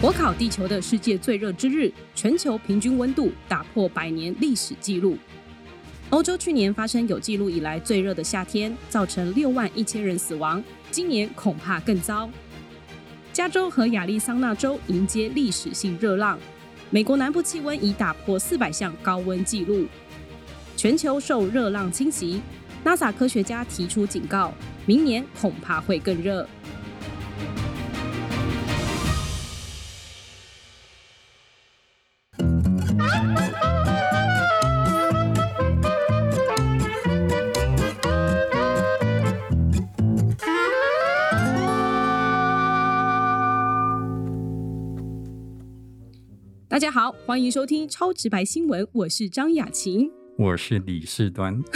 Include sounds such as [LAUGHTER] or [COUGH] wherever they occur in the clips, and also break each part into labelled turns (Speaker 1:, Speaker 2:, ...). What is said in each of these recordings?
Speaker 1: 火烤地球的世界最热之日，全球平均温度打破百年历史纪录。欧洲去年发生有记录以来最热的夏天，造成六万一千人死亡，今年恐怕更糟。加州和亚利桑那州迎接历史性热浪，美国南部气温已打破四百项高温纪录。全球受热浪侵袭，NASA 科学家提出警告，明年恐怕会更热。大家好，欢迎收听超直白新闻，我是张雅琴。
Speaker 2: 我是李世端， [LAUGHS]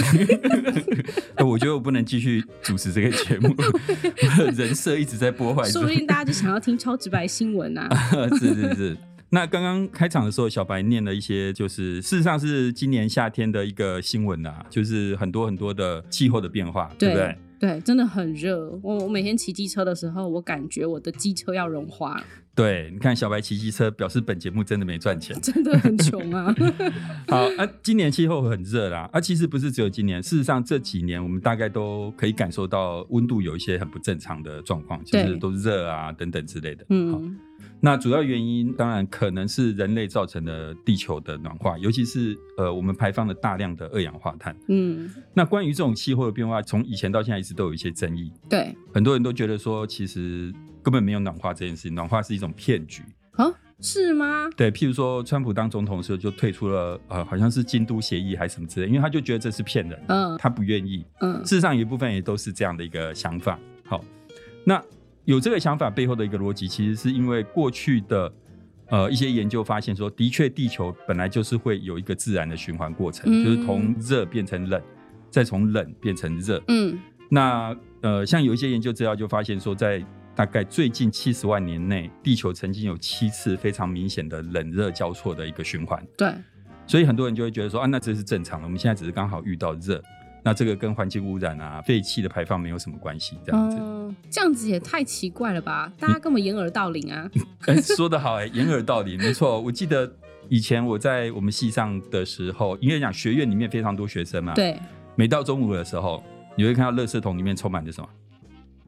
Speaker 2: 哎我觉得我不能继续主持这个节目， [LAUGHS] 我的人设一直在破坏
Speaker 1: 说
Speaker 2: 中
Speaker 1: 不。定大家就想要听超直白新闻啊。
Speaker 2: [LAUGHS] 是是是。那刚刚开场的时候，小白念了一些，就是事实上是今年夏天的一个新闻啊，就是很多很多的气候的变化，对不对？
Speaker 1: 对，真的很热。我我每天骑机车的时候，我感觉我的机车要融化了，
Speaker 2: 对，你看小白骑机车，表示本节目真的没赚钱。
Speaker 1: 真的很穷
Speaker 2: [LAUGHS]
Speaker 1: 啊。
Speaker 2: 好啊，今年气候很热啦，啊，其实不是只有今年，事实上这几年我们大概都可以感受到温度有一些很不正常的状况，就是
Speaker 1: 对
Speaker 2: 都热啊等等之类的。好，
Speaker 1: 嗯，
Speaker 2: 那主要原因当然可能是人类造成的地球的暖化，尤其是呃我们排放了大量的二氧化碳。
Speaker 1: 嗯，
Speaker 2: 那关于这种气候的变化，从以前到现在一直都有一些争议，
Speaker 1: 对，
Speaker 2: 很多人都觉得说其实根本没有暖化这件事，暖化是一种骗局。
Speaker 1: 啊，是吗？
Speaker 2: 对，譬如说川普当总统的时候就退出了呃好像是京都协议还是什么之类，因为他就觉得这是骗人，
Speaker 1: 嗯
Speaker 2: 他不愿意。
Speaker 1: 嗯
Speaker 2: 事实上，有一部分也都是这样的一个想法。好，那有这个想法背后的一个逻辑，其实是因为过去的呃一些研究发现说，的确地球本来就是会有一个自然的循环过程，
Speaker 1: 嗯
Speaker 2: 就是从热变成冷，再从冷变成热。
Speaker 1: 嗯，
Speaker 2: 那呃，像有一些研究资料就发现说，在大概最近七十万年内，地球曾经有七次非常明显的冷热交错的一个循环。
Speaker 1: 对，
Speaker 2: 所以很多人就会觉得说啊，那这是正常的，我们现在只是刚好遇到热，那这个跟环境污染啊、废气的排放没有什么关系，这样子。
Speaker 1: 哦，这样子也太奇怪了吧？大家根本掩耳盗铃
Speaker 2: [LAUGHS]
Speaker 1: 啊。
Speaker 2: 哎、说得好、哎，掩耳盗铃，没错。我记得以前我在我们系上的时候，应该讲学院里面非常多学生嘛，，
Speaker 1: 对，
Speaker 2: 每到中午的时候，你会看到垃圾桶里面充满着什么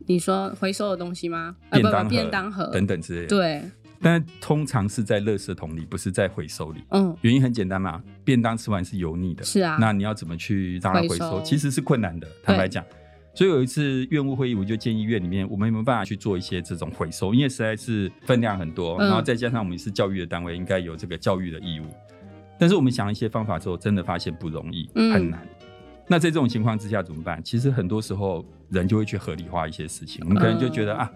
Speaker 1: 你说回收的东西吗？呃，不
Speaker 2: 当
Speaker 1: 不，
Speaker 2: 盒、
Speaker 1: 便当盒。
Speaker 2: 等等之类的。，
Speaker 1: 对，
Speaker 2: 但通常是在垃圾桶里，不是在回收里。
Speaker 1: 嗯，
Speaker 2: 原因很简单嘛，便当吃完是油腻的，
Speaker 1: 是啊。
Speaker 2: 那你要怎么去让它回
Speaker 1: 回
Speaker 2: 收
Speaker 1: 收？
Speaker 2: 其实是困难的，坦白讲。所以有一次院务会议，我就建议院里面我们有没有办法去做一些这种回收，因为实在是分量很多，
Speaker 1: 嗯
Speaker 2: 然后再加上我们是教育的单位，应该有这个教育的义务。但是我们想了一些方法之后，真的发现不容易，
Speaker 1: 嗯
Speaker 2: 很难。那在这种情况之下怎么办？其实很多时候人就会去合理化一些事情，我们可能就觉得、
Speaker 1: 嗯
Speaker 2: 啊，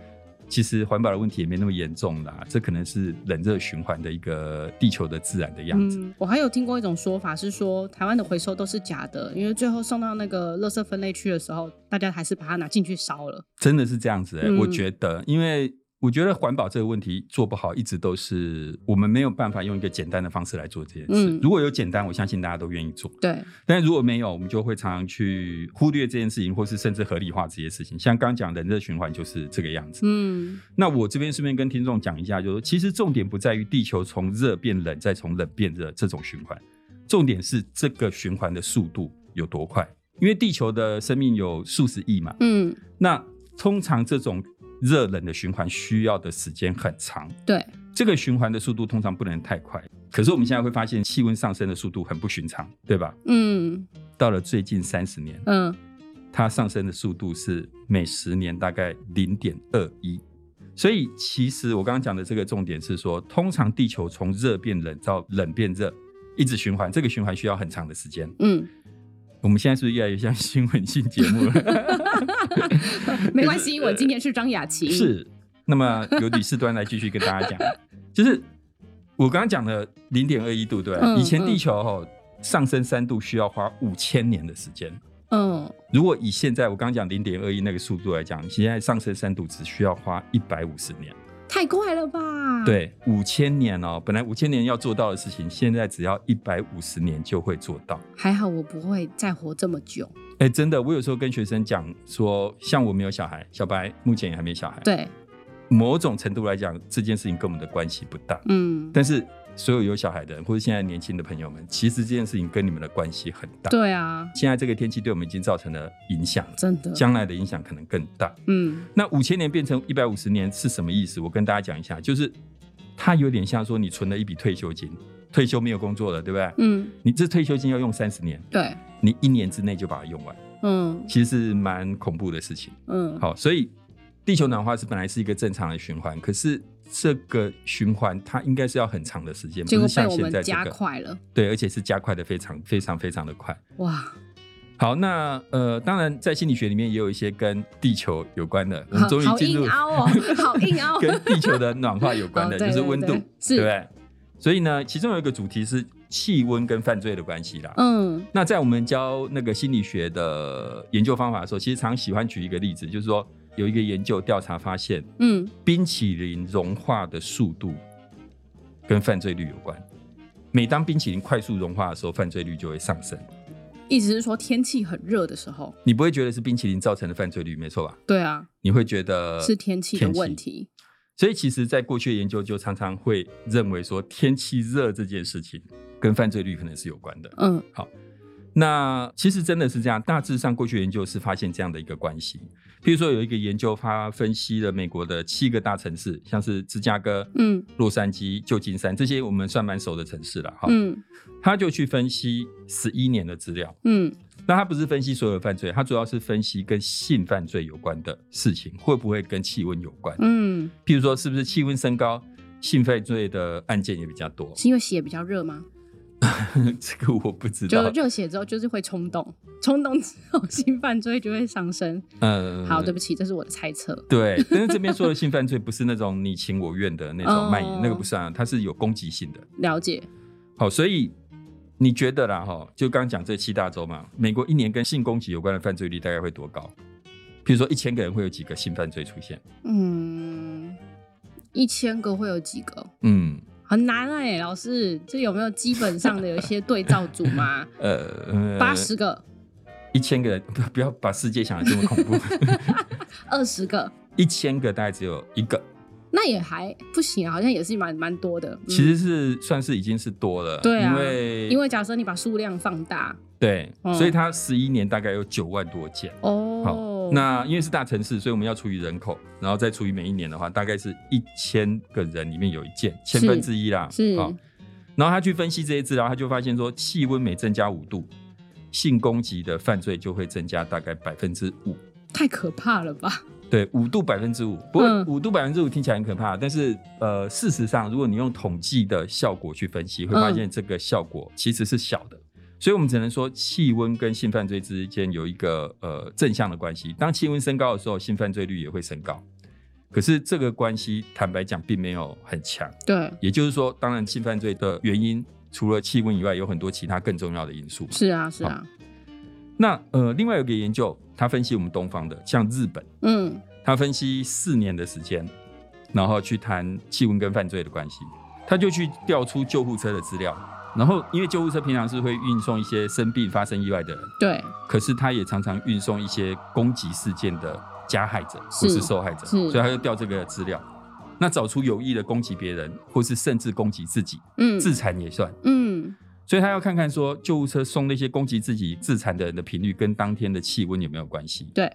Speaker 2: 其实环保的问题也没那么严重啦，这可能是冷热循环的一个地球的自然的样子。
Speaker 1: 嗯，我还有听过一种说法是说，台湾的回收都是假的，因为最后送到那个垃圾分类区的时候，大家还是把它拿进去烧了。
Speaker 2: 真的是这样子、欸
Speaker 1: 嗯
Speaker 2: 我觉得，因为我觉得环保这个问题做不好，一直都是我们没有办法用一个简单的方式来做这件事。
Speaker 1: 嗯
Speaker 2: 如果有简单，我相信大家都愿意做；
Speaker 1: 对，
Speaker 2: 但如果没有，我们就会常常去忽略这件事情，或是甚至合理化这些事情。像刚刚讲的人热循环就是这个样子。
Speaker 1: 嗯
Speaker 2: 那我这边顺便跟听众讲一下，就是其实重点不在于地球从热变冷，再从冷变热这种循环，重点是这个循环的速度有多快。因为地球的生命有数十亿嘛，
Speaker 1: 嗯，
Speaker 2: 那通常这种热冷的循环需要的时间很长，
Speaker 1: 对，
Speaker 2: 这个循环的速度通常不能太快。可是我们现在会发现气温上升的速度很不寻常，对吧？
Speaker 1: 嗯
Speaker 2: 到了最近三十年，
Speaker 1: 嗯，
Speaker 2: 它上升的速度是每十年大概零点二一。所以其实我刚刚讲的这个重点是说，通常地球从热变冷到冷变热，一直循环，这个循环需要很长的时间。
Speaker 1: 嗯，
Speaker 2: 我们现在是不是越来越像新闻性节目了？
Speaker 1: [LAUGHS]
Speaker 2: [LAUGHS]
Speaker 1: 没关系，我今天是张雅琴。，
Speaker 2: 呃是，那
Speaker 1: [LAUGHS]
Speaker 2: 么由李世端来继续跟大家讲，就是我刚刚讲的零点二一度，对吧，
Speaker 1: 嗯
Speaker 2: 以前地球哦上升三度需要花五千年的时间。
Speaker 1: 嗯，
Speaker 2: 如果以现在我刚刚讲零点二一那个速度来讲，现在上升三度只需要花一百五十年，
Speaker 1: 太快了吧？，
Speaker 2: 对，五千年哦，本来五千年要做到的事情，现在只要一百五十年就会做到。
Speaker 1: 还好我不会再活这么久。
Speaker 2: 哎，真的，我有时候跟学生讲说，像我没有小孩，小白目前也还没小孩，
Speaker 1: 对，
Speaker 2: 某种程度来讲，这件事情跟我们的关系不大。
Speaker 1: 嗯，
Speaker 2: 但是所有有小孩的人，或者现在年轻的朋友们，其实这件事情跟你们的关系很大。
Speaker 1: 对啊，
Speaker 2: 现在这个天气对我们已经造成了影响了，
Speaker 1: 真的，
Speaker 2: 将来的影响可能更大。
Speaker 1: 嗯
Speaker 2: 那五千年变成一百五十年是什么意思？我跟大家讲一下，就是它有点像说你存了一笔退休金，退休没有工作了，对不对？
Speaker 1: 嗯，
Speaker 2: 你这退休金要用三十年，
Speaker 1: 对，
Speaker 2: 你一年之内就把它用完，
Speaker 1: 嗯
Speaker 2: 其实是蛮恐怖的事情。
Speaker 1: 嗯，
Speaker 2: 好，所以地球暖化是本来是一个正常的循环，可是这个循环它应该是要很长的时间，
Speaker 1: 结
Speaker 2: 不
Speaker 1: 果
Speaker 2: 是
Speaker 1: 被
Speaker 2: 像
Speaker 1: 我
Speaker 2: 现
Speaker 1: 们
Speaker 2: 在这
Speaker 1: 加
Speaker 2: 个
Speaker 1: 快了，
Speaker 2: 对，而且是加快的非常非常非常的快。
Speaker 1: 哇，
Speaker 2: 好，那呃，当然在心理学里面也有一些跟地球有关的，我们终于
Speaker 1: 好
Speaker 2: 进入
Speaker 1: 硬凹哦好硬凹
Speaker 2: 跟地球的暖化有关的，
Speaker 1: 哦对
Speaker 2: 就是温度，
Speaker 1: 对对是
Speaker 2: 不对？所以呢，其中有一个主题是气温跟犯罪的关系啦。
Speaker 1: 嗯
Speaker 2: 那在我们教那个心理学的研究方法的时候，其实常喜欢举一个例子，就是说有一个研究调查发现，
Speaker 1: 嗯，
Speaker 2: 冰淇淋融化的速度跟犯罪率有关。每当冰淇淋快速融化的时候，犯罪率就会上升。
Speaker 1: 意思是说天气很热的时候，
Speaker 2: 你不会觉得是冰淇淋造成的犯罪率，没错吧？
Speaker 1: 对啊，
Speaker 2: 你会觉得
Speaker 1: 是天气的问。题，
Speaker 2: 所以其实，在过去的研究就常常会认为说，天气热这件事情跟犯罪率可能是有关的。
Speaker 1: 嗯
Speaker 2: 那其实真的是这样，大致上过去的研究是发现这样的一个关系。譬如说，有一个研究，它分析了美国的七个大城市，像是芝加哥、
Speaker 1: 嗯
Speaker 2: 洛杉矶、旧金山这些我们算蛮熟的城市了哈。
Speaker 1: 嗯
Speaker 2: 他就去分析十一年的资料。
Speaker 1: 嗯
Speaker 2: 那他不是分析所有的犯罪，他主要是分析跟性犯罪有关的事情，会不会跟气温有关？
Speaker 1: 嗯，
Speaker 2: 譬如说，是不是气温升高，性犯罪的案件也比较多？ [LAUGHS]
Speaker 1: 是因为血比较热吗？
Speaker 2: 这个我不知
Speaker 1: 就
Speaker 2: 道。
Speaker 1: 热血之后就是会冲动，冲动之后性犯罪就会上升。
Speaker 2: 呃
Speaker 1: 好，对不起，这是我的猜测。
Speaker 2: 对，但是这边说的性犯罪不是那种你情我愿的那
Speaker 1: 哦
Speaker 2: 种卖淫，那个不算、啊，它是有攻击性的。
Speaker 1: 了解，
Speaker 2: 好，所以你觉得啦，哈，就刚刚讲这七大洲嘛，美国一年跟性攻击有关的犯罪率大概会多高？比如说一千个人会有几个性犯罪出现？
Speaker 1: 嗯，一千个会有几个？
Speaker 2: 嗯，
Speaker 1: 很难哎、老师，这有没有基本上的有一些对照组吗？
Speaker 2: [LAUGHS] 呃，
Speaker 1: 八十个、
Speaker 2: 一千个人，不不要把世界想的这么恐
Speaker 1: [LAUGHS]
Speaker 2: 怖，
Speaker 1: 二十个，
Speaker 2: 一千个大概只有一个，
Speaker 1: 那也还不行啊，好像也是蛮蛮多的。嗯
Speaker 2: 其实是算是已经是多了，
Speaker 1: 对啊
Speaker 2: 因为
Speaker 1: 因为假设你把数量放大，
Speaker 2: 对，
Speaker 1: 嗯
Speaker 2: 所以它十一年大概有九万多件。
Speaker 1: 哦
Speaker 2: 好，，那因为是大城市，所以我们要除以人口，然后再除以每一年的话，大概是一千个人里面有一件，千分之一啦。
Speaker 1: 是
Speaker 2: 好然后他去分析这些资料，他就发现说，气温每增加五度，性攻击的犯罪就会增加大概百分之五。
Speaker 1: 太可怕了吧？ [LAUGHS]
Speaker 2: 对，五度百分之五，不过
Speaker 1: 嗯
Speaker 2: 五度百分之五听起来很可怕，但是呃，事实上，如果你用统计的效果去分析，会发现这个效果其实是小的。所以我们只能说，气温跟性犯罪之间有一个呃正向的关系。当气温升高的时候，性犯罪率也会升高。可是这个关系，坦白讲，并没有很强。
Speaker 1: 对，
Speaker 2: 也就是说，当然性犯罪的原因，除了气温以外，有很多其他更重要的因素。
Speaker 1: 是啊，是啊，
Speaker 2: 那呃，另外有一个研究，它分析我们东方的，像日本。
Speaker 1: 嗯
Speaker 2: 他分析四年的时间，然后去谈气温跟犯罪的关系。他就去调出救护车的资料，然后因为救护车平常是会运送一些生病、发生意外的人，
Speaker 1: 对，
Speaker 2: 可是他也常常运送一些攻击事件的加害者
Speaker 1: 是
Speaker 2: 或是受害者，
Speaker 1: 是
Speaker 2: 所以他就调这个资料。那找出有意的攻击别人，或是甚至攻击自己，
Speaker 1: 嗯
Speaker 2: 自残也算。
Speaker 1: 嗯
Speaker 2: 所以他要看看说，救护车送那些攻击自己、自残的人的频率跟当天的气温有没有关系。
Speaker 1: 对，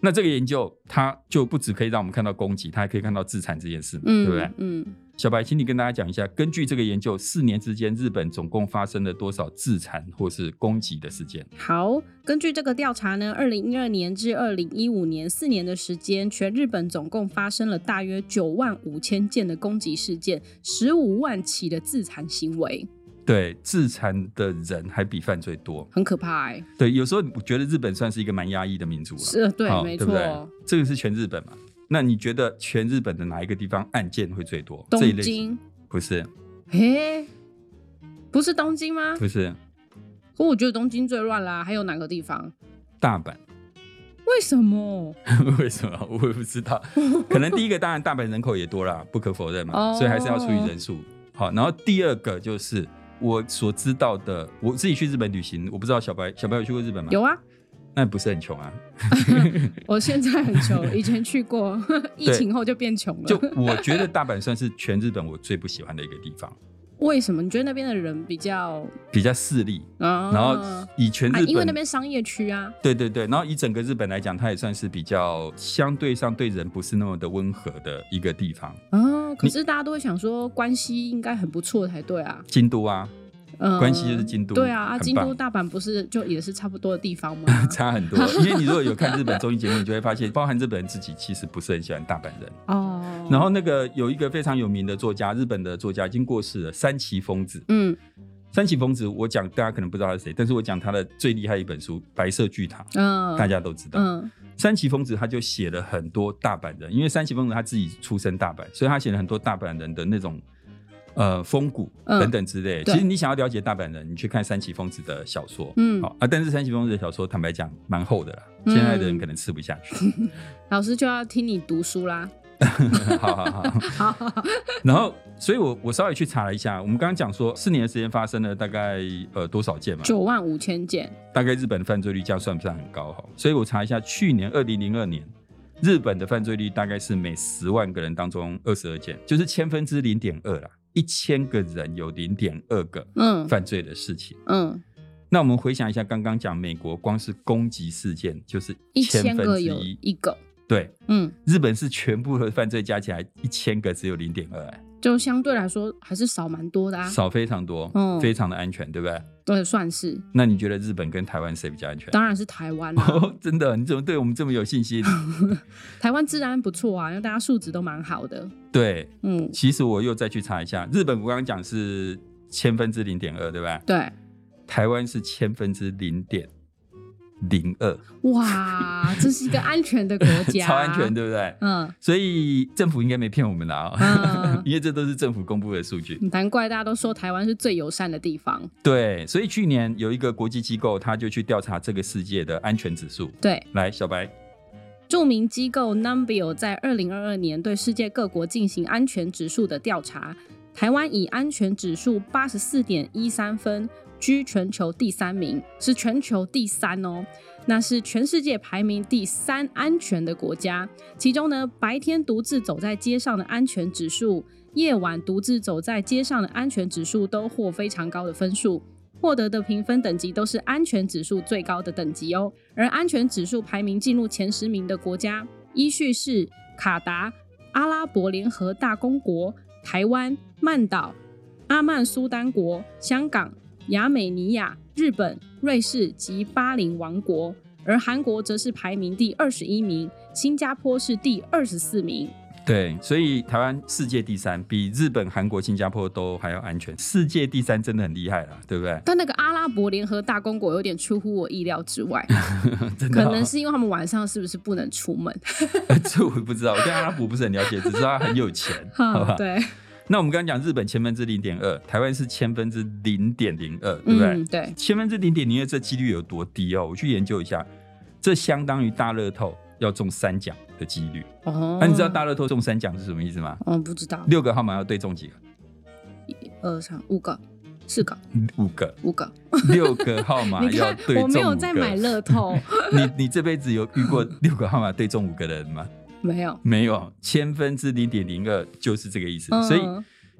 Speaker 2: 那这个研究它就不只可以让我们看到攻击，它还可以看到自残这件事嘛，
Speaker 1: 嗯，
Speaker 2: 对不对？
Speaker 1: 嗯
Speaker 2: 小白，请你跟大家讲一下，根据这个研究，四年之间日本总共发生了多少自残或是攻击的事件？
Speaker 1: 好，根据这个调查呢，二零一二年至二零一五年四年的时间，全日本总共发生了大约九万五千件的攻击事件，十五万起的自残行为，
Speaker 2: 对，自残的人还比犯罪多。
Speaker 1: 很可怕哎、
Speaker 2: 对，有时候我觉得日本算是一个蛮压抑的民族了，
Speaker 1: 是，对，
Speaker 2: 好
Speaker 1: 没错
Speaker 2: 对不，对？这个是全日本嘛？那你觉得全日本的哪一个地方案件会最多？这一
Speaker 1: 东
Speaker 2: 类型
Speaker 1: 京，
Speaker 2: 不是，
Speaker 1: 诶、不是东京吗？
Speaker 2: 不是
Speaker 1: 可我觉得东京最乱啦，还有哪个地方？
Speaker 2: 大阪。
Speaker 1: 为什么？
Speaker 2: [LAUGHS] 为什么我也不
Speaker 1: [LAUGHS]
Speaker 2: 知道？可能第一个当然大阪人口也多啦，不可否认嘛
Speaker 1: 哦，
Speaker 2: 所以还是要除以人数。好，然后第二个就是我所知道的，我自己去日本旅行，我不知道小白小白有去过日本吗？
Speaker 1: 有啊，
Speaker 2: 那不是很穷啊？
Speaker 1: 我现在很
Speaker 2: [LAUGHS]
Speaker 1: 穷，以前去过， [LAUGHS] 疫情后就变穷了。
Speaker 2: 就我觉得大阪算是全日本我最不喜欢的一个地方， [LAUGHS]
Speaker 1: 为什么？你觉得那边的人比较
Speaker 2: 比较势利，
Speaker 1: 啊？
Speaker 2: 然后以全日
Speaker 1: 啊，
Speaker 2: 本、
Speaker 1: 因为那边商业区啊，
Speaker 2: 对对对，然后以整个日本来讲，它也算是比较相对上对人不是那么的温和的一个地方。
Speaker 1: 啊，可是大家都会想说关系应该很不错才对啊。
Speaker 2: 京都啊，
Speaker 1: 嗯，
Speaker 2: 关西就是京都
Speaker 1: 对啊，啊，
Speaker 2: 很
Speaker 1: 京
Speaker 2: 棒？
Speaker 1: 都、大阪不是就也是差不多的地方吗
Speaker 2: [LAUGHS] 差很多。因为你如果有看日本综艺节目，你就会发现，包含日本人自己其实不是很喜欢大阪人。
Speaker 1: 哦，
Speaker 2: 嗯然后那个有一个非常有名的作家，日本的作家已经过世了，三崎丰子。
Speaker 1: 嗯
Speaker 2: 三崎丰子，我讲大家可能不知道他是谁，但是我讲他的最厉害一本书《白色巨塔》，
Speaker 1: 嗯，
Speaker 2: 大家都知道。
Speaker 1: 嗯
Speaker 2: 三崎丰子他就写了很多大阪人，因为三崎丰子他自己出身大阪，所以他写了很多大阪人的那种呃风骨
Speaker 1: 嗯
Speaker 2: 等等之类。
Speaker 1: 对
Speaker 2: 其实你想要了解大阪人，你去看三崎丰子的小说，
Speaker 1: 嗯
Speaker 2: 好、啊，但是三崎丰子的小说坦白讲蛮厚的啦，
Speaker 1: 嗯
Speaker 2: 现在的人可能吃不下
Speaker 1: [LAUGHS]
Speaker 2: 去。
Speaker 1: 老师就要听你读书啦。
Speaker 2: 好好好，
Speaker 1: 好，好好
Speaker 2: 然后所以我我稍微去查了一下，我们刚刚讲说四年的时间发生了大概呃多少件嘛？
Speaker 1: 九万五千件，
Speaker 2: 大概日本的犯罪率这样算不算很高？哈，所以我查一下，去年二零零二年，日本的犯罪率大概是每十万个人当中二十二件，就是千分之零点二啦，一千个人有零点二个
Speaker 1: 嗯
Speaker 2: 犯罪的事情。
Speaker 1: 嗯，
Speaker 2: 那我们回想一下，刚刚讲美国光是攻击事件就是
Speaker 1: 一
Speaker 2: 千
Speaker 1: 千
Speaker 2: 分
Speaker 1: 个
Speaker 2: 之
Speaker 1: 有
Speaker 2: 一，
Speaker 1: 一个，
Speaker 2: 对，
Speaker 1: 嗯，
Speaker 2: 日本是全部的犯罪加起来一千个只有零点二，哎
Speaker 1: 就相对来说还是少蛮多的啊，
Speaker 2: 少非常多，
Speaker 1: 嗯
Speaker 2: 非常的安全，对不对？
Speaker 1: 对，算是，
Speaker 2: 那你觉得日本跟台湾谁比较安全？哦
Speaker 1: 当然是台湾
Speaker 2: [LAUGHS]
Speaker 1: 啦、
Speaker 2: 真的，你怎么对我们这么有
Speaker 1: [LAUGHS]
Speaker 2: 信心？
Speaker 1: 台湾治安不错啊，因为大家素质都蛮好的，
Speaker 2: 对，
Speaker 1: 嗯，
Speaker 2: 其实我又再去查一下，日本我刚刚讲是千分之零点二，对吧？
Speaker 1: 对，
Speaker 2: 台湾是千分之零点零二， [LAUGHS]
Speaker 1: 哇，这是一个安全的国家，
Speaker 2: 超安全，，对不对？
Speaker 1: 嗯
Speaker 2: 所以政府应该没骗我们啦、哦，
Speaker 1: 嗯
Speaker 2: [LAUGHS] 因为这都是政府公布的数据。
Speaker 1: [LAUGHS] 难怪大家都说台湾是最友善的地方，
Speaker 2: 对，所以去年有一个国际机构，他就去调查这个世界的安全指数。
Speaker 1: 对，
Speaker 2: 来，小白，
Speaker 1: 著名机构 Numbeo 在二零二二年对世界各国进行安全指数的调查，台湾以安全指数八十四点一三分居全球第三名，是全球第三哦。那是全世界排名第三安全的国家，其中呢，白天独自走在街上的安全指数，夜晚独自走在街上的安全指数都获非常高的分数，获得的评分等级都是安全指数最高的等级哦。而安全指数排名进入前十名的国家，依序是卡达、阿拉伯联合大公国、台湾、曼岛、阿曼苏丹国、香港、亚美尼亚、日本、瑞士及巴林王国。而韩国则是排名第二十一名，新加坡是第二十四名。
Speaker 2: 对，所以台湾世界第三，比日本、韩国、新加坡都还要安全。世界第三真的很厉害啦，对不对？ [LAUGHS]
Speaker 1: 但那个阿拉伯联合大公国有点出乎我意料之
Speaker 2: [LAUGHS]
Speaker 1: 外，
Speaker 2: 真的
Speaker 1: 可
Speaker 2: 哦、
Speaker 1: 能是因为他们晚上是不是不能出门？
Speaker 2: [LAUGHS] 呃这我不知道，我对阿拉伯不是很了解，只知道他很有
Speaker 1: [LAUGHS]
Speaker 2: 钱，好吧
Speaker 1: 哈，？嗯对，
Speaker 2: 那我们刚刚讲日本千分之零点二，台湾是千分之零点零二，对不对？
Speaker 1: 嗯，对，
Speaker 2: 千分之零点零二这几率有多低哦？我去研究一下，这相当于大乐透要中三奖的几率。
Speaker 1: 哦
Speaker 2: 那、，啊你知道大乐透中三奖是什么意思吗？
Speaker 1: 嗯，不知道，
Speaker 2: 六个号码要对中几个？
Speaker 1: 一二三五个，四个，
Speaker 2: 五个，
Speaker 1: 五个。
Speaker 2: 六个号
Speaker 1: [LAUGHS]
Speaker 2: 码
Speaker 1: 你
Speaker 2: 要
Speaker 1: 看
Speaker 2: 对，中
Speaker 1: 我没有
Speaker 2: 五
Speaker 1: 在
Speaker 2: 个 [LAUGHS]
Speaker 1: 买乐透，
Speaker 2: 你你这辈子有遇过六个号码对中五个的人吗？
Speaker 1: 没有。
Speaker 2: 没有，千分之零点零二就是这个意思。
Speaker 1: 嗯
Speaker 2: 所以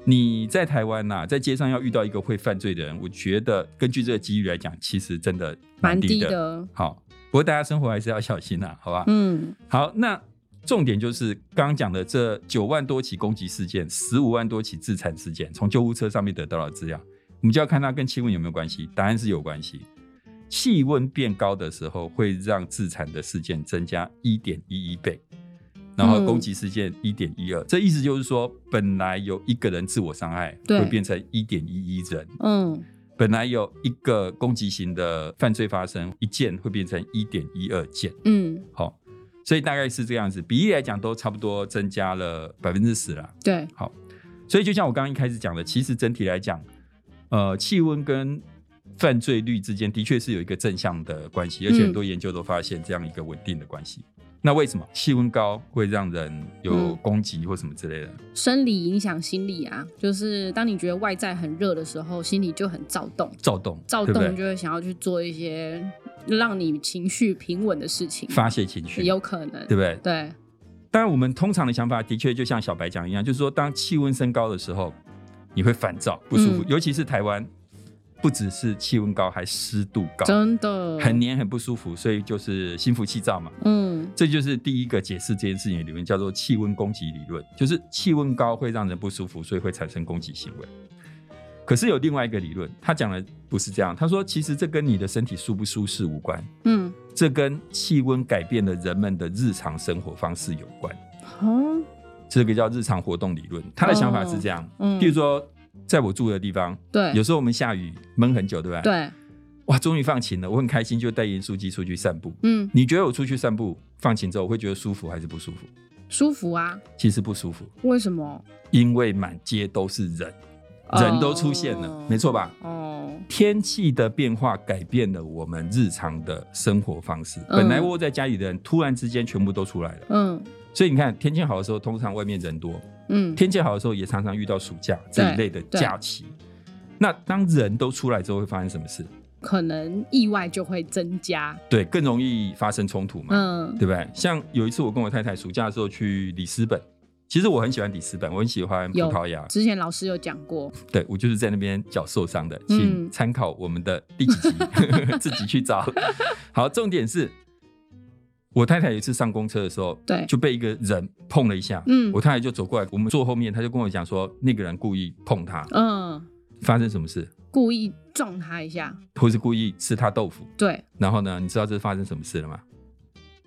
Speaker 2: 你在台湾呐、在街上要遇到一个会犯罪的人，我觉得根据这个几率来讲，其实真的蛮
Speaker 1: 蛮
Speaker 2: 低
Speaker 1: 低
Speaker 2: 的。
Speaker 1: 的。
Speaker 2: 好，不过大家生活还是要小心呐、好吧？
Speaker 1: 嗯
Speaker 2: 好，那重点就是刚刚讲的这九万多起攻击事件，十五万多起自残事件，从救护车上面得到的资料，我们就要看它跟气温有没有关系。答案是有关系。气温变高的时候，会让自残的事件增加一点一一倍，然后
Speaker 1: 嗯
Speaker 2: 攻击事件一点一二。这意思就是说，本来有一个人自我伤害，
Speaker 1: 对
Speaker 2: 会变成一点一一人；
Speaker 1: 嗯
Speaker 2: 本来有一个攻击型的犯罪发生，一件会变成一点一二件。
Speaker 1: 嗯，
Speaker 2: 好、所以大概是这样子，比例来讲都差不多增加了百分之十啦。
Speaker 1: 对，
Speaker 2: 所以就像我刚刚一开始讲的，其实整体来讲，呃，气温跟犯罪率之间的确是有一个正向的关系，而且
Speaker 1: 嗯
Speaker 2: 很多研究都发现这样一个稳定的关系。那为什么气温高会让人有
Speaker 1: 嗯
Speaker 2: 攻击或什么之类的？
Speaker 1: 生理影响心理啊，就是当你觉得外在很热的时候，心里就很躁动，
Speaker 2: 躁动，
Speaker 1: 躁
Speaker 2: 对不
Speaker 1: 动
Speaker 2: 对？
Speaker 1: 就会想要去做一些让你情绪平稳的事情，
Speaker 2: 发泄情绪，
Speaker 1: 有可能。
Speaker 2: 对不对？
Speaker 1: 对，
Speaker 2: 当然，我们通常的想法的确就像小白讲一样，就是说，当气温升高的时候，你会烦躁、不舒服，
Speaker 1: 嗯
Speaker 2: 尤其是台湾，不只是气温高，还湿度高，
Speaker 1: 真的
Speaker 2: 很黏、很不舒服，所以就是心浮气躁嘛。
Speaker 1: 嗯
Speaker 2: 这就是第一个解释这件事情的理论，叫做气温攻击理论，就是气温高会让人不舒服，所以会产生攻击行为。可是有另外一个理论，他讲的不是这样，他说其实这跟你的身体舒不舒适无关， [LAUGHS]
Speaker 1: 嗯，
Speaker 2: 这跟气温改变了人们的日常生活方式有关。
Speaker 1: 哦，
Speaker 2: 这个叫日常活动理论。他的想法是这样，
Speaker 1: 嗯
Speaker 2: 譬如说，在我住的地方，
Speaker 1: 对，
Speaker 2: 有时候我们下雨闷很久，对吧？，
Speaker 1: 对，
Speaker 2: 哇，终于放晴了，我很开心，就带盐酥鸡出去散步。
Speaker 1: 嗯，
Speaker 2: 你觉得我出去散步放晴之后，我会觉得舒服还是不舒服？
Speaker 1: 舒服啊？
Speaker 2: 其实不舒服，
Speaker 1: 为什么？
Speaker 2: 因为满街都是人，人都出现了，
Speaker 1: 哦
Speaker 2: 没错吧？
Speaker 1: 哦，
Speaker 2: 天气的变化改变了我们日常的生活方式。
Speaker 1: 嗯
Speaker 2: 本来窝在家里的人，突然之间全部都出来了。
Speaker 1: 嗯
Speaker 2: 所以你看，天气好的时候，通常外面人多，
Speaker 1: 嗯，
Speaker 2: 天气好的时候，也常常遇到暑假这一类的假期。那当人都出来之后，会发生什么事？
Speaker 1: 可能意外就会增加。
Speaker 2: 对，更容易发生冲突嘛，
Speaker 1: 嗯，
Speaker 2: 对不对？像有一次，我跟我太太暑假的时候去里斯本，其实我很喜欢里斯本，我很喜欢葡
Speaker 1: 有
Speaker 2: 萄牙，
Speaker 1: 之前老师有讲过，
Speaker 2: 对我就是在那边脚受伤的，
Speaker 1: 嗯
Speaker 2: 请参考我们的第几
Speaker 1: [LAUGHS]
Speaker 2: 集，自己去找。好，重点是。我太太有一次上公车的时候，
Speaker 1: 对
Speaker 2: 就被一个人碰了一下，
Speaker 1: 嗯
Speaker 2: 我太太就走过来，我们坐后面，她就跟我讲说，那个人故意碰她，
Speaker 1: 嗯，
Speaker 2: 发生什么事？
Speaker 1: 故意撞他一下，
Speaker 2: 或是故意吃他豆腐。
Speaker 1: 对，
Speaker 2: 然后呢，你知道这发生什么事了吗？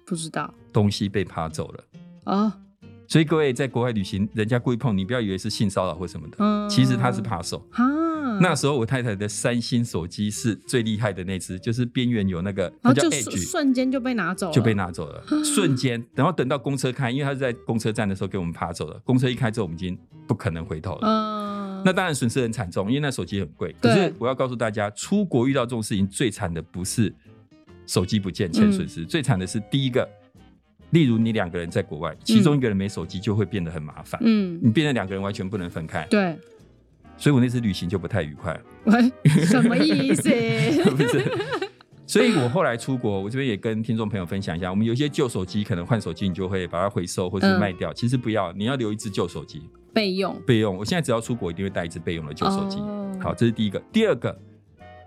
Speaker 1: 不知道
Speaker 2: 东西被扒走了。
Speaker 1: 哦，
Speaker 2: 所以各位在国外旅行，人家故意碰你，不要以为是性骚扰或什么的，
Speaker 1: 嗯
Speaker 2: 其实他是扒手。
Speaker 1: 哈，
Speaker 2: 那时候我太太的三星手机是最厉害的那只，就是边缘有那个，
Speaker 1: 然
Speaker 2: 它
Speaker 1: 后
Speaker 2: 叫
Speaker 1: 就瞬
Speaker 2: Edge，
Speaker 1: 瞬间就被拿走了，
Speaker 2: 就被拿走了，瞬间。然后等到公车开，因为他是在公车站的时候给我们扒走了。公车一开之后，我们已经不可能回头了。
Speaker 1: 嗯，
Speaker 2: 那当然损失很惨重，因为那手机很贵。可是
Speaker 1: 对
Speaker 2: 我要告诉大家，出国遇到这种事情最惨的不是手机不见钱损
Speaker 1: 嗯
Speaker 2: 失，最惨的是第一个，例如你两个人在国外，其中一个人没手机就会变得很麻烦，
Speaker 1: 嗯，
Speaker 2: 你变成两个人完全不能分开。
Speaker 1: 对，
Speaker 2: 所以我那次旅行就不太
Speaker 1: [LAUGHS]
Speaker 2: 愉快， [LAUGHS]
Speaker 1: 喂，什么意思？
Speaker 2: 不是。所以我后来出国，我这边也跟听众朋友分享一下，我们有一些旧手机可能换手机，你就会把它回收或是
Speaker 1: 嗯
Speaker 2: 卖掉。其实不要，你要留一只旧手机
Speaker 1: 备用
Speaker 2: 备用。我现在只要出国，一定会带一只备用的旧手机。
Speaker 1: 哦
Speaker 2: 好，这是第一个。第二个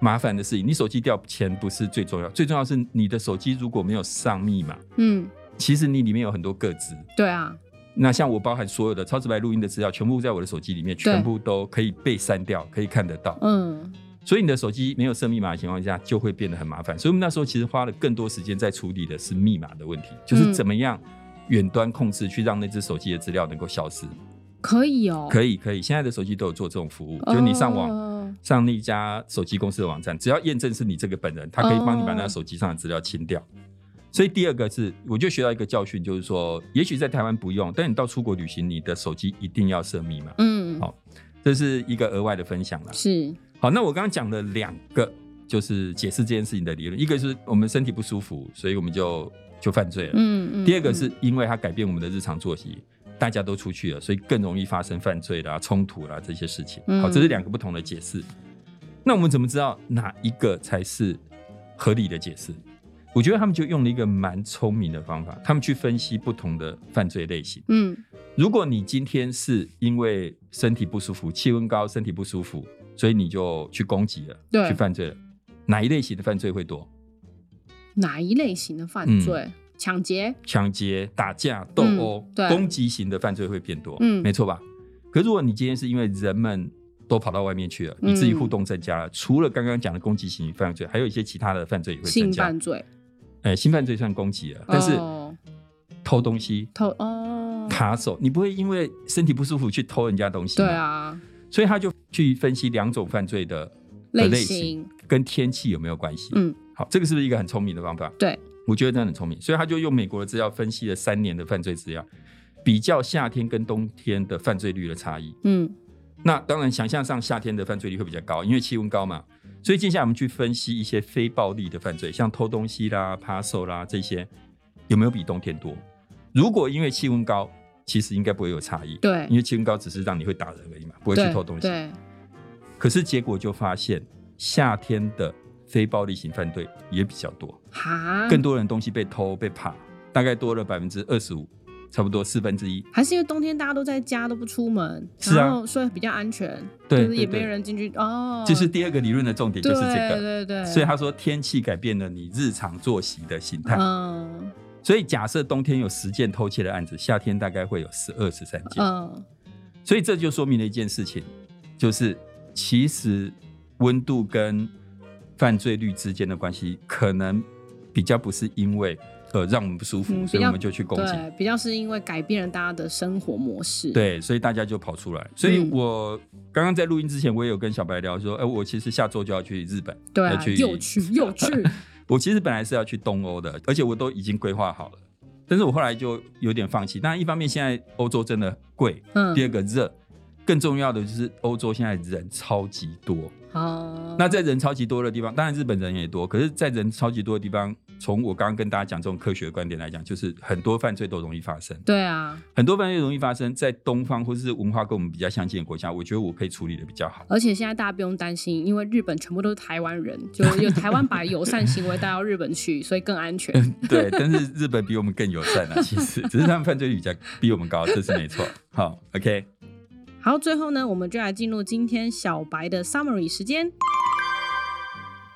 Speaker 2: 麻烦的事情，你手机掉钱不是最重要，最重要是你的手机如果没有上密码，
Speaker 1: 嗯，
Speaker 2: 其实你里面有很多个资。
Speaker 1: 对啊，
Speaker 2: 那像我包含所有的超直白录音的资料，全部在我的手机里面，全部都可以被删掉，可以看得到。
Speaker 1: 嗯，
Speaker 2: 所以你的手机没有设密码的情况下，就会变得很麻烦。所以我们那时候其实花了更多时间在处理的是密码的问题，就是
Speaker 1: 嗯
Speaker 2: 怎么样远端控制去让那只手机的资料能够消失。
Speaker 1: 可以哦，
Speaker 2: 可以，可以，现在的手机都有做这种服务，
Speaker 1: 哦
Speaker 2: 就是你上网。上那一家手机公司的网站，只要验证是你这个本人，他可以帮你把那手机上的资料清掉。所以第二个是，我就学到一个教训，就是说，也许在台湾不用，但你到出国旅行，你的手机一定要设密码，
Speaker 1: 嗯，
Speaker 2: 好这是一个额外的分享啦。
Speaker 1: 是，
Speaker 2: 好，那我刚刚讲了两个，就是解释这件事情的理论，一个是我们身体不舒服，所以我们就就犯罪了；
Speaker 1: 嗯嗯，
Speaker 2: 第二个是因为它改变我们的日常作息。大家都出去了，所以更容易发生犯罪啦、冲突啦这些事情。
Speaker 1: 嗯
Speaker 2: 好，这是两个不同的解释。那我们怎么知道哪一个才是合理的解释？我觉得他们就用了一个蛮聪明的方法，他们去分析不同的犯罪类型。
Speaker 1: 嗯，嗯，
Speaker 2: 如果你今天是因为身体不舒服、气温高、身体不舒服，所以你就去攻击了，
Speaker 1: 对
Speaker 2: 去犯罪了，哪一类型的犯罪会多？
Speaker 1: 哪一类型的犯
Speaker 2: 嗯
Speaker 1: 罪？抢劫？
Speaker 2: 抢劫、打架、斗殴、
Speaker 1: 嗯对
Speaker 2: 攻击型的犯罪会变多，
Speaker 1: 嗯
Speaker 2: 没错吧？可如果你今天是因为人们都跑到外面去了，
Speaker 1: 嗯
Speaker 2: 你自己互动增加了，除了刚刚讲的攻击型犯罪，还有一些其他的犯罪也会增
Speaker 1: 性
Speaker 2: 加
Speaker 1: 犯。罪，
Speaker 2: 呃，性犯罪算攻击了，但是
Speaker 1: 哦
Speaker 2: 偷东西、
Speaker 1: 偷哦，
Speaker 2: 扒手，你不会因为身体不舒服去偷人家东西，
Speaker 1: 对，啊，
Speaker 2: 所以他就去分析两种犯罪的的
Speaker 1: 类
Speaker 2: 类
Speaker 1: 型
Speaker 2: 跟天气有没有关系。
Speaker 1: 嗯，
Speaker 2: 好，这个是不是一个很聪明的方法？
Speaker 1: 对，
Speaker 2: 我觉得真的很聪明，所以他就用美国的资料分析了三年的犯罪资料，比较夏天跟冬天的犯罪率的差异。
Speaker 1: 嗯
Speaker 2: 那当然，想象上夏天的犯罪率会比较高，因为气温高嘛。所以接下来我们去分析一些非暴力的犯罪，像偷东西啦、扒手啦这些，有没有比冬天多？如果因为气温高，其实应该不会有差异，
Speaker 1: 对
Speaker 2: 因为气温高只是让你会打人而已嘛，不会去
Speaker 1: 对
Speaker 2: 偷东西。
Speaker 1: 对，
Speaker 2: 可是结果就发现，夏天的非暴力型犯罪也比较多，
Speaker 1: 哈，
Speaker 2: 更多人东西被偷被扒，大概多了百分之二十五，差不多四分之一。
Speaker 1: 还是因为冬天大家都在家都不出门，
Speaker 2: 是啊
Speaker 1: 然后所以比较安全，
Speaker 2: 对
Speaker 1: 就是也
Speaker 2: 对对
Speaker 1: 没人进去哦。
Speaker 2: 这是第二个理论的重点，就是这
Speaker 1: 对
Speaker 2: 个。
Speaker 1: 对对，
Speaker 2: 所以他说，天气改变了你日常作息的形态。
Speaker 1: 嗯
Speaker 2: 所以假设冬天有十件偷窃的案子，夏天大概会有十二、十三件。
Speaker 1: 嗯，
Speaker 2: 所以这就说明了一件事情，就是其实温度跟犯罪率之间的关系，可能比较不是因为呃让我们不舒服，
Speaker 1: 嗯
Speaker 2: 所
Speaker 1: 比
Speaker 2: 以
Speaker 1: 较
Speaker 2: 我们就去攻击。
Speaker 1: 对，比较是因为改变了大家的生活模式。，
Speaker 2: 对，所以大家就跑出来。所以
Speaker 1: 嗯
Speaker 2: 我刚刚在录音之前，我也有跟小白聊说，哎、我其实下周就要去日本，
Speaker 1: 对
Speaker 2: 要
Speaker 1: 啊，
Speaker 2: 去
Speaker 1: 又去又
Speaker 2: [LAUGHS]
Speaker 1: 去，
Speaker 2: 我其实本来是要去东欧的，而且我都已经规划好了，但是我后来就有点放弃。当然，一方面现在欧洲真的贵，
Speaker 1: 嗯，
Speaker 2: 第二个热，更重要的就是欧洲现在人超级多。
Speaker 1: 哦，
Speaker 2: 那在人超级多的地方，当然日本人也多，可是，在人超级多的地方，从我刚刚跟大家讲这种科学观点来讲，就是很多犯罪都容易发生，
Speaker 1: 对啊，
Speaker 2: 很多犯罪容易发生在东方或是文化跟我们比较相近的国家，我觉得我可以处理的比较好。 [LAUGHS]
Speaker 1: 而且现在大家不用担心，因为日本全部都是台湾人，就有台湾把友善行为带到日本去，所以更安全。
Speaker 2: 对，但是日本比我们更友善
Speaker 1: [LAUGHS]
Speaker 2: 啊，其实只是他们犯罪率比较比我们高，这是没错。好，OK，
Speaker 1: 好，最后呢，我们就来进入今天小白的 summary 时间。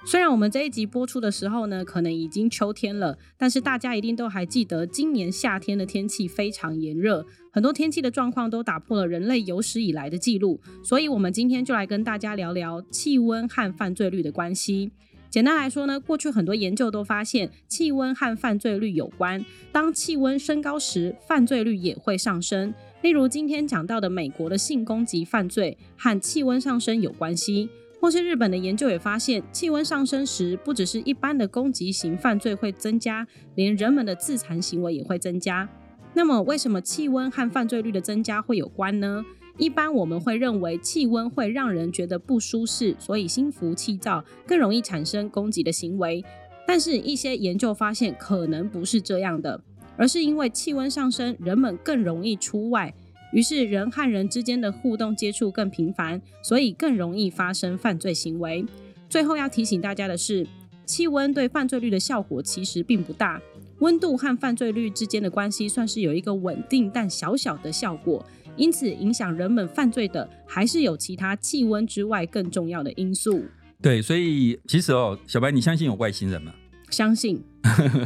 Speaker 1: 虽然我们这一集播出的时候呢，可能已经秋天了，但是大家一定都还记得，今年夏天的天气非常炎热，很多天气的状况都打破了人类有史以来的记录。所以，我们今天就来跟大家聊聊气温和犯罪率的关系。简单来说呢，过去很多研究都发现，气温和犯罪率有关。当气温升高时，犯罪率也会上升。例如今天讲到的美国的性攻击犯罪和气温上升有关系，或是日本的研究也发现，气温上升时，不只是一般的攻击型犯罪会增加，连人们的自残行为也会增加。那么，为什么气温和犯罪率的增加会有关呢？一般我们会认为气温会让人觉得不舒适，所以心浮气躁，更容易产生攻击的行为。但是，一些研究发现可能不是这样的，而是因为气温上升，人们更容易出外，于是人和人之间的互动接触更频繁，所以更容易发生犯罪行为。最后要提醒大家的是，气温对犯罪率的效果其实并不大，温度和犯罪率之间的关系算是有一个稳定但小小的效果，因此影响人们犯罪的还是有其他气温之外更重要的因素。
Speaker 2: 对，所以其实哦，小白，你相信有外星人吗？ [LAUGHS]
Speaker 1: 相信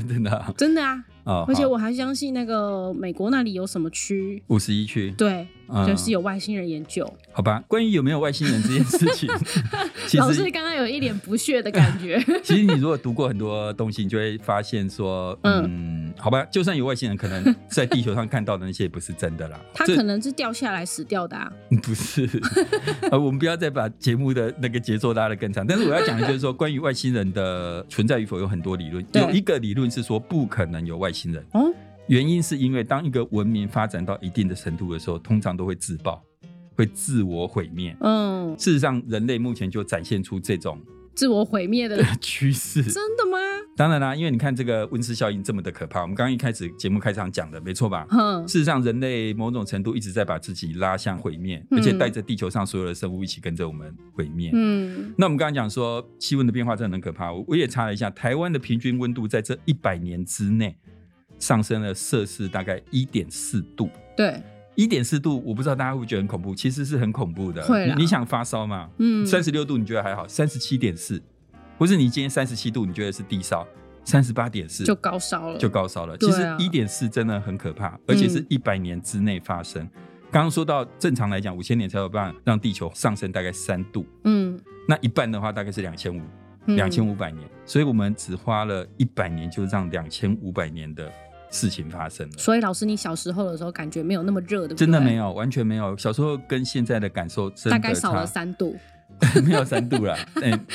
Speaker 2: 真的啊、
Speaker 1: 真的啊，
Speaker 2: 哦，
Speaker 1: 而且我还相信那个美国那里有什么区，
Speaker 2: 五十一区，
Speaker 1: 对，
Speaker 2: 嗯
Speaker 1: 就是有外星人研究。
Speaker 2: 好吧。关于有没有外星人这件事
Speaker 1: [LAUGHS]
Speaker 2: 情，其
Speaker 1: 老师
Speaker 2: 实
Speaker 1: 刚刚有一脸不屑的感
Speaker 2: [LAUGHS]
Speaker 1: 觉。
Speaker 2: 其实你如果读过很多东西，你就会发现说，嗯，好吧，就算有外星人，可能在地球上看到的那些也不是真的啦。
Speaker 1: 他
Speaker 2: 这
Speaker 1: 可能是掉下来死掉的啊。
Speaker 2: [LAUGHS] 不是，呃，我们不要再把节目的那个节奏拉得更长。但是我要讲的就是说，关于外星人的存在与否有很多理论，
Speaker 1: 对
Speaker 2: 有一个理论是说不可能有外星人。
Speaker 1: 哦，
Speaker 2: 原因是因为当一个文明发展到一定的程度的时候，通常都会自爆，会自我毁灭。
Speaker 1: 嗯，
Speaker 2: 事实上，人类目前就展现出这种
Speaker 1: 自我毁灭的，
Speaker 2: 趋势。
Speaker 1: 真的吗？
Speaker 2: 当然啦，因为你看这个温室效应这么的可怕，我们刚刚一开始节目开场讲的，没错吧？
Speaker 1: 哼，
Speaker 2: 事实上，人类某种程度一直在把自己拉向毁灭，
Speaker 1: 嗯
Speaker 2: 而且带着地球上所有的生物一起跟着我们毁灭。
Speaker 1: 嗯，
Speaker 2: 那我们刚刚讲说气温的变化真的很可怕，我我也查了一下，台湾的平均温度在这一百年之内上升了摄氏大概一点四度。
Speaker 1: 对，
Speaker 2: 一点四度，我不知道大家会不会觉得很恐怖，其实是很恐怖的。
Speaker 1: 会啦
Speaker 2: 你你想发烧嘛？
Speaker 1: 嗯，
Speaker 2: 三十六度你觉得还好，三十七点四，或是你今天三十七度，你觉得是低烧，三十八点四
Speaker 1: 就高烧了，
Speaker 2: 就高烧了。
Speaker 1: 对
Speaker 2: 其实
Speaker 1: 啊嗯
Speaker 2: 一点四真的很可怕，而且是一百年之内发生。刚刚说到，正常来讲，五千年才有办法让地球上升大概三度，
Speaker 1: 嗯，
Speaker 2: 那一半的话大概是两千五，
Speaker 1: 嗯，
Speaker 2: 两千五百年，所以我们只花了一百年就让两千五百年的事情发生了。
Speaker 1: 所以老师，你小时候的时候感觉没有那么热，对不对？
Speaker 2: 真的没，有，完全没有。小时候跟现在的感受真的
Speaker 1: 大概少
Speaker 2: 差
Speaker 1: 了三度。
Speaker 2: 没有三
Speaker 1: [LAUGHS]
Speaker 2: 度啦，嗯，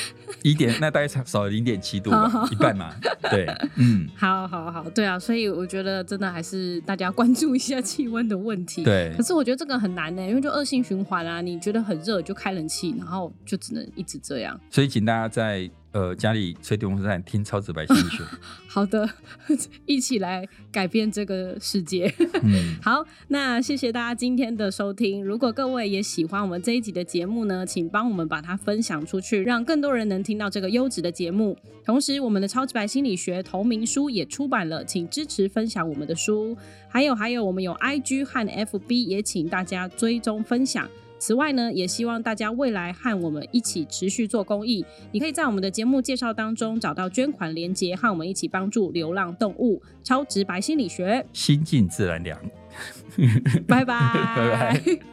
Speaker 2: 一点那大概差少了零点七度吧
Speaker 1: 好，
Speaker 2: 一半嘛，对，嗯，
Speaker 1: 好好好，对啊，所以我觉得真的还是大家关注一下气温的问题。。
Speaker 2: 对
Speaker 1: 可，是我觉得这个很难呢、因为就恶性循环啊！你觉得很热就开冷气，然后就只能一直这样。
Speaker 2: 所以请大家在呃家里吹电风扇听超直白心理学，
Speaker 1: 好的， [LAUGHS] 一起来改变这个世界。
Speaker 2: 嗯，
Speaker 1: 好，那谢谢大家今天的收听。如果各位也喜欢我们这一集的节目呢，请帮我们把它分享出去，让更多人能听到这个优质的节目。同时，我们的《超直白心理学》同名书也出版了，请支持分享我们的书。还有还有，我们有 IG 和 FB，也请大家追踪分享。此外呢，也希望大家未来和我们一起持续做公益。你可以在我们的节目介绍当中找到捐款链接，和我们一起帮助流浪动物。超直白心理学，
Speaker 2: 心静自然凉。
Speaker 1: 拜拜，
Speaker 2: 拜拜。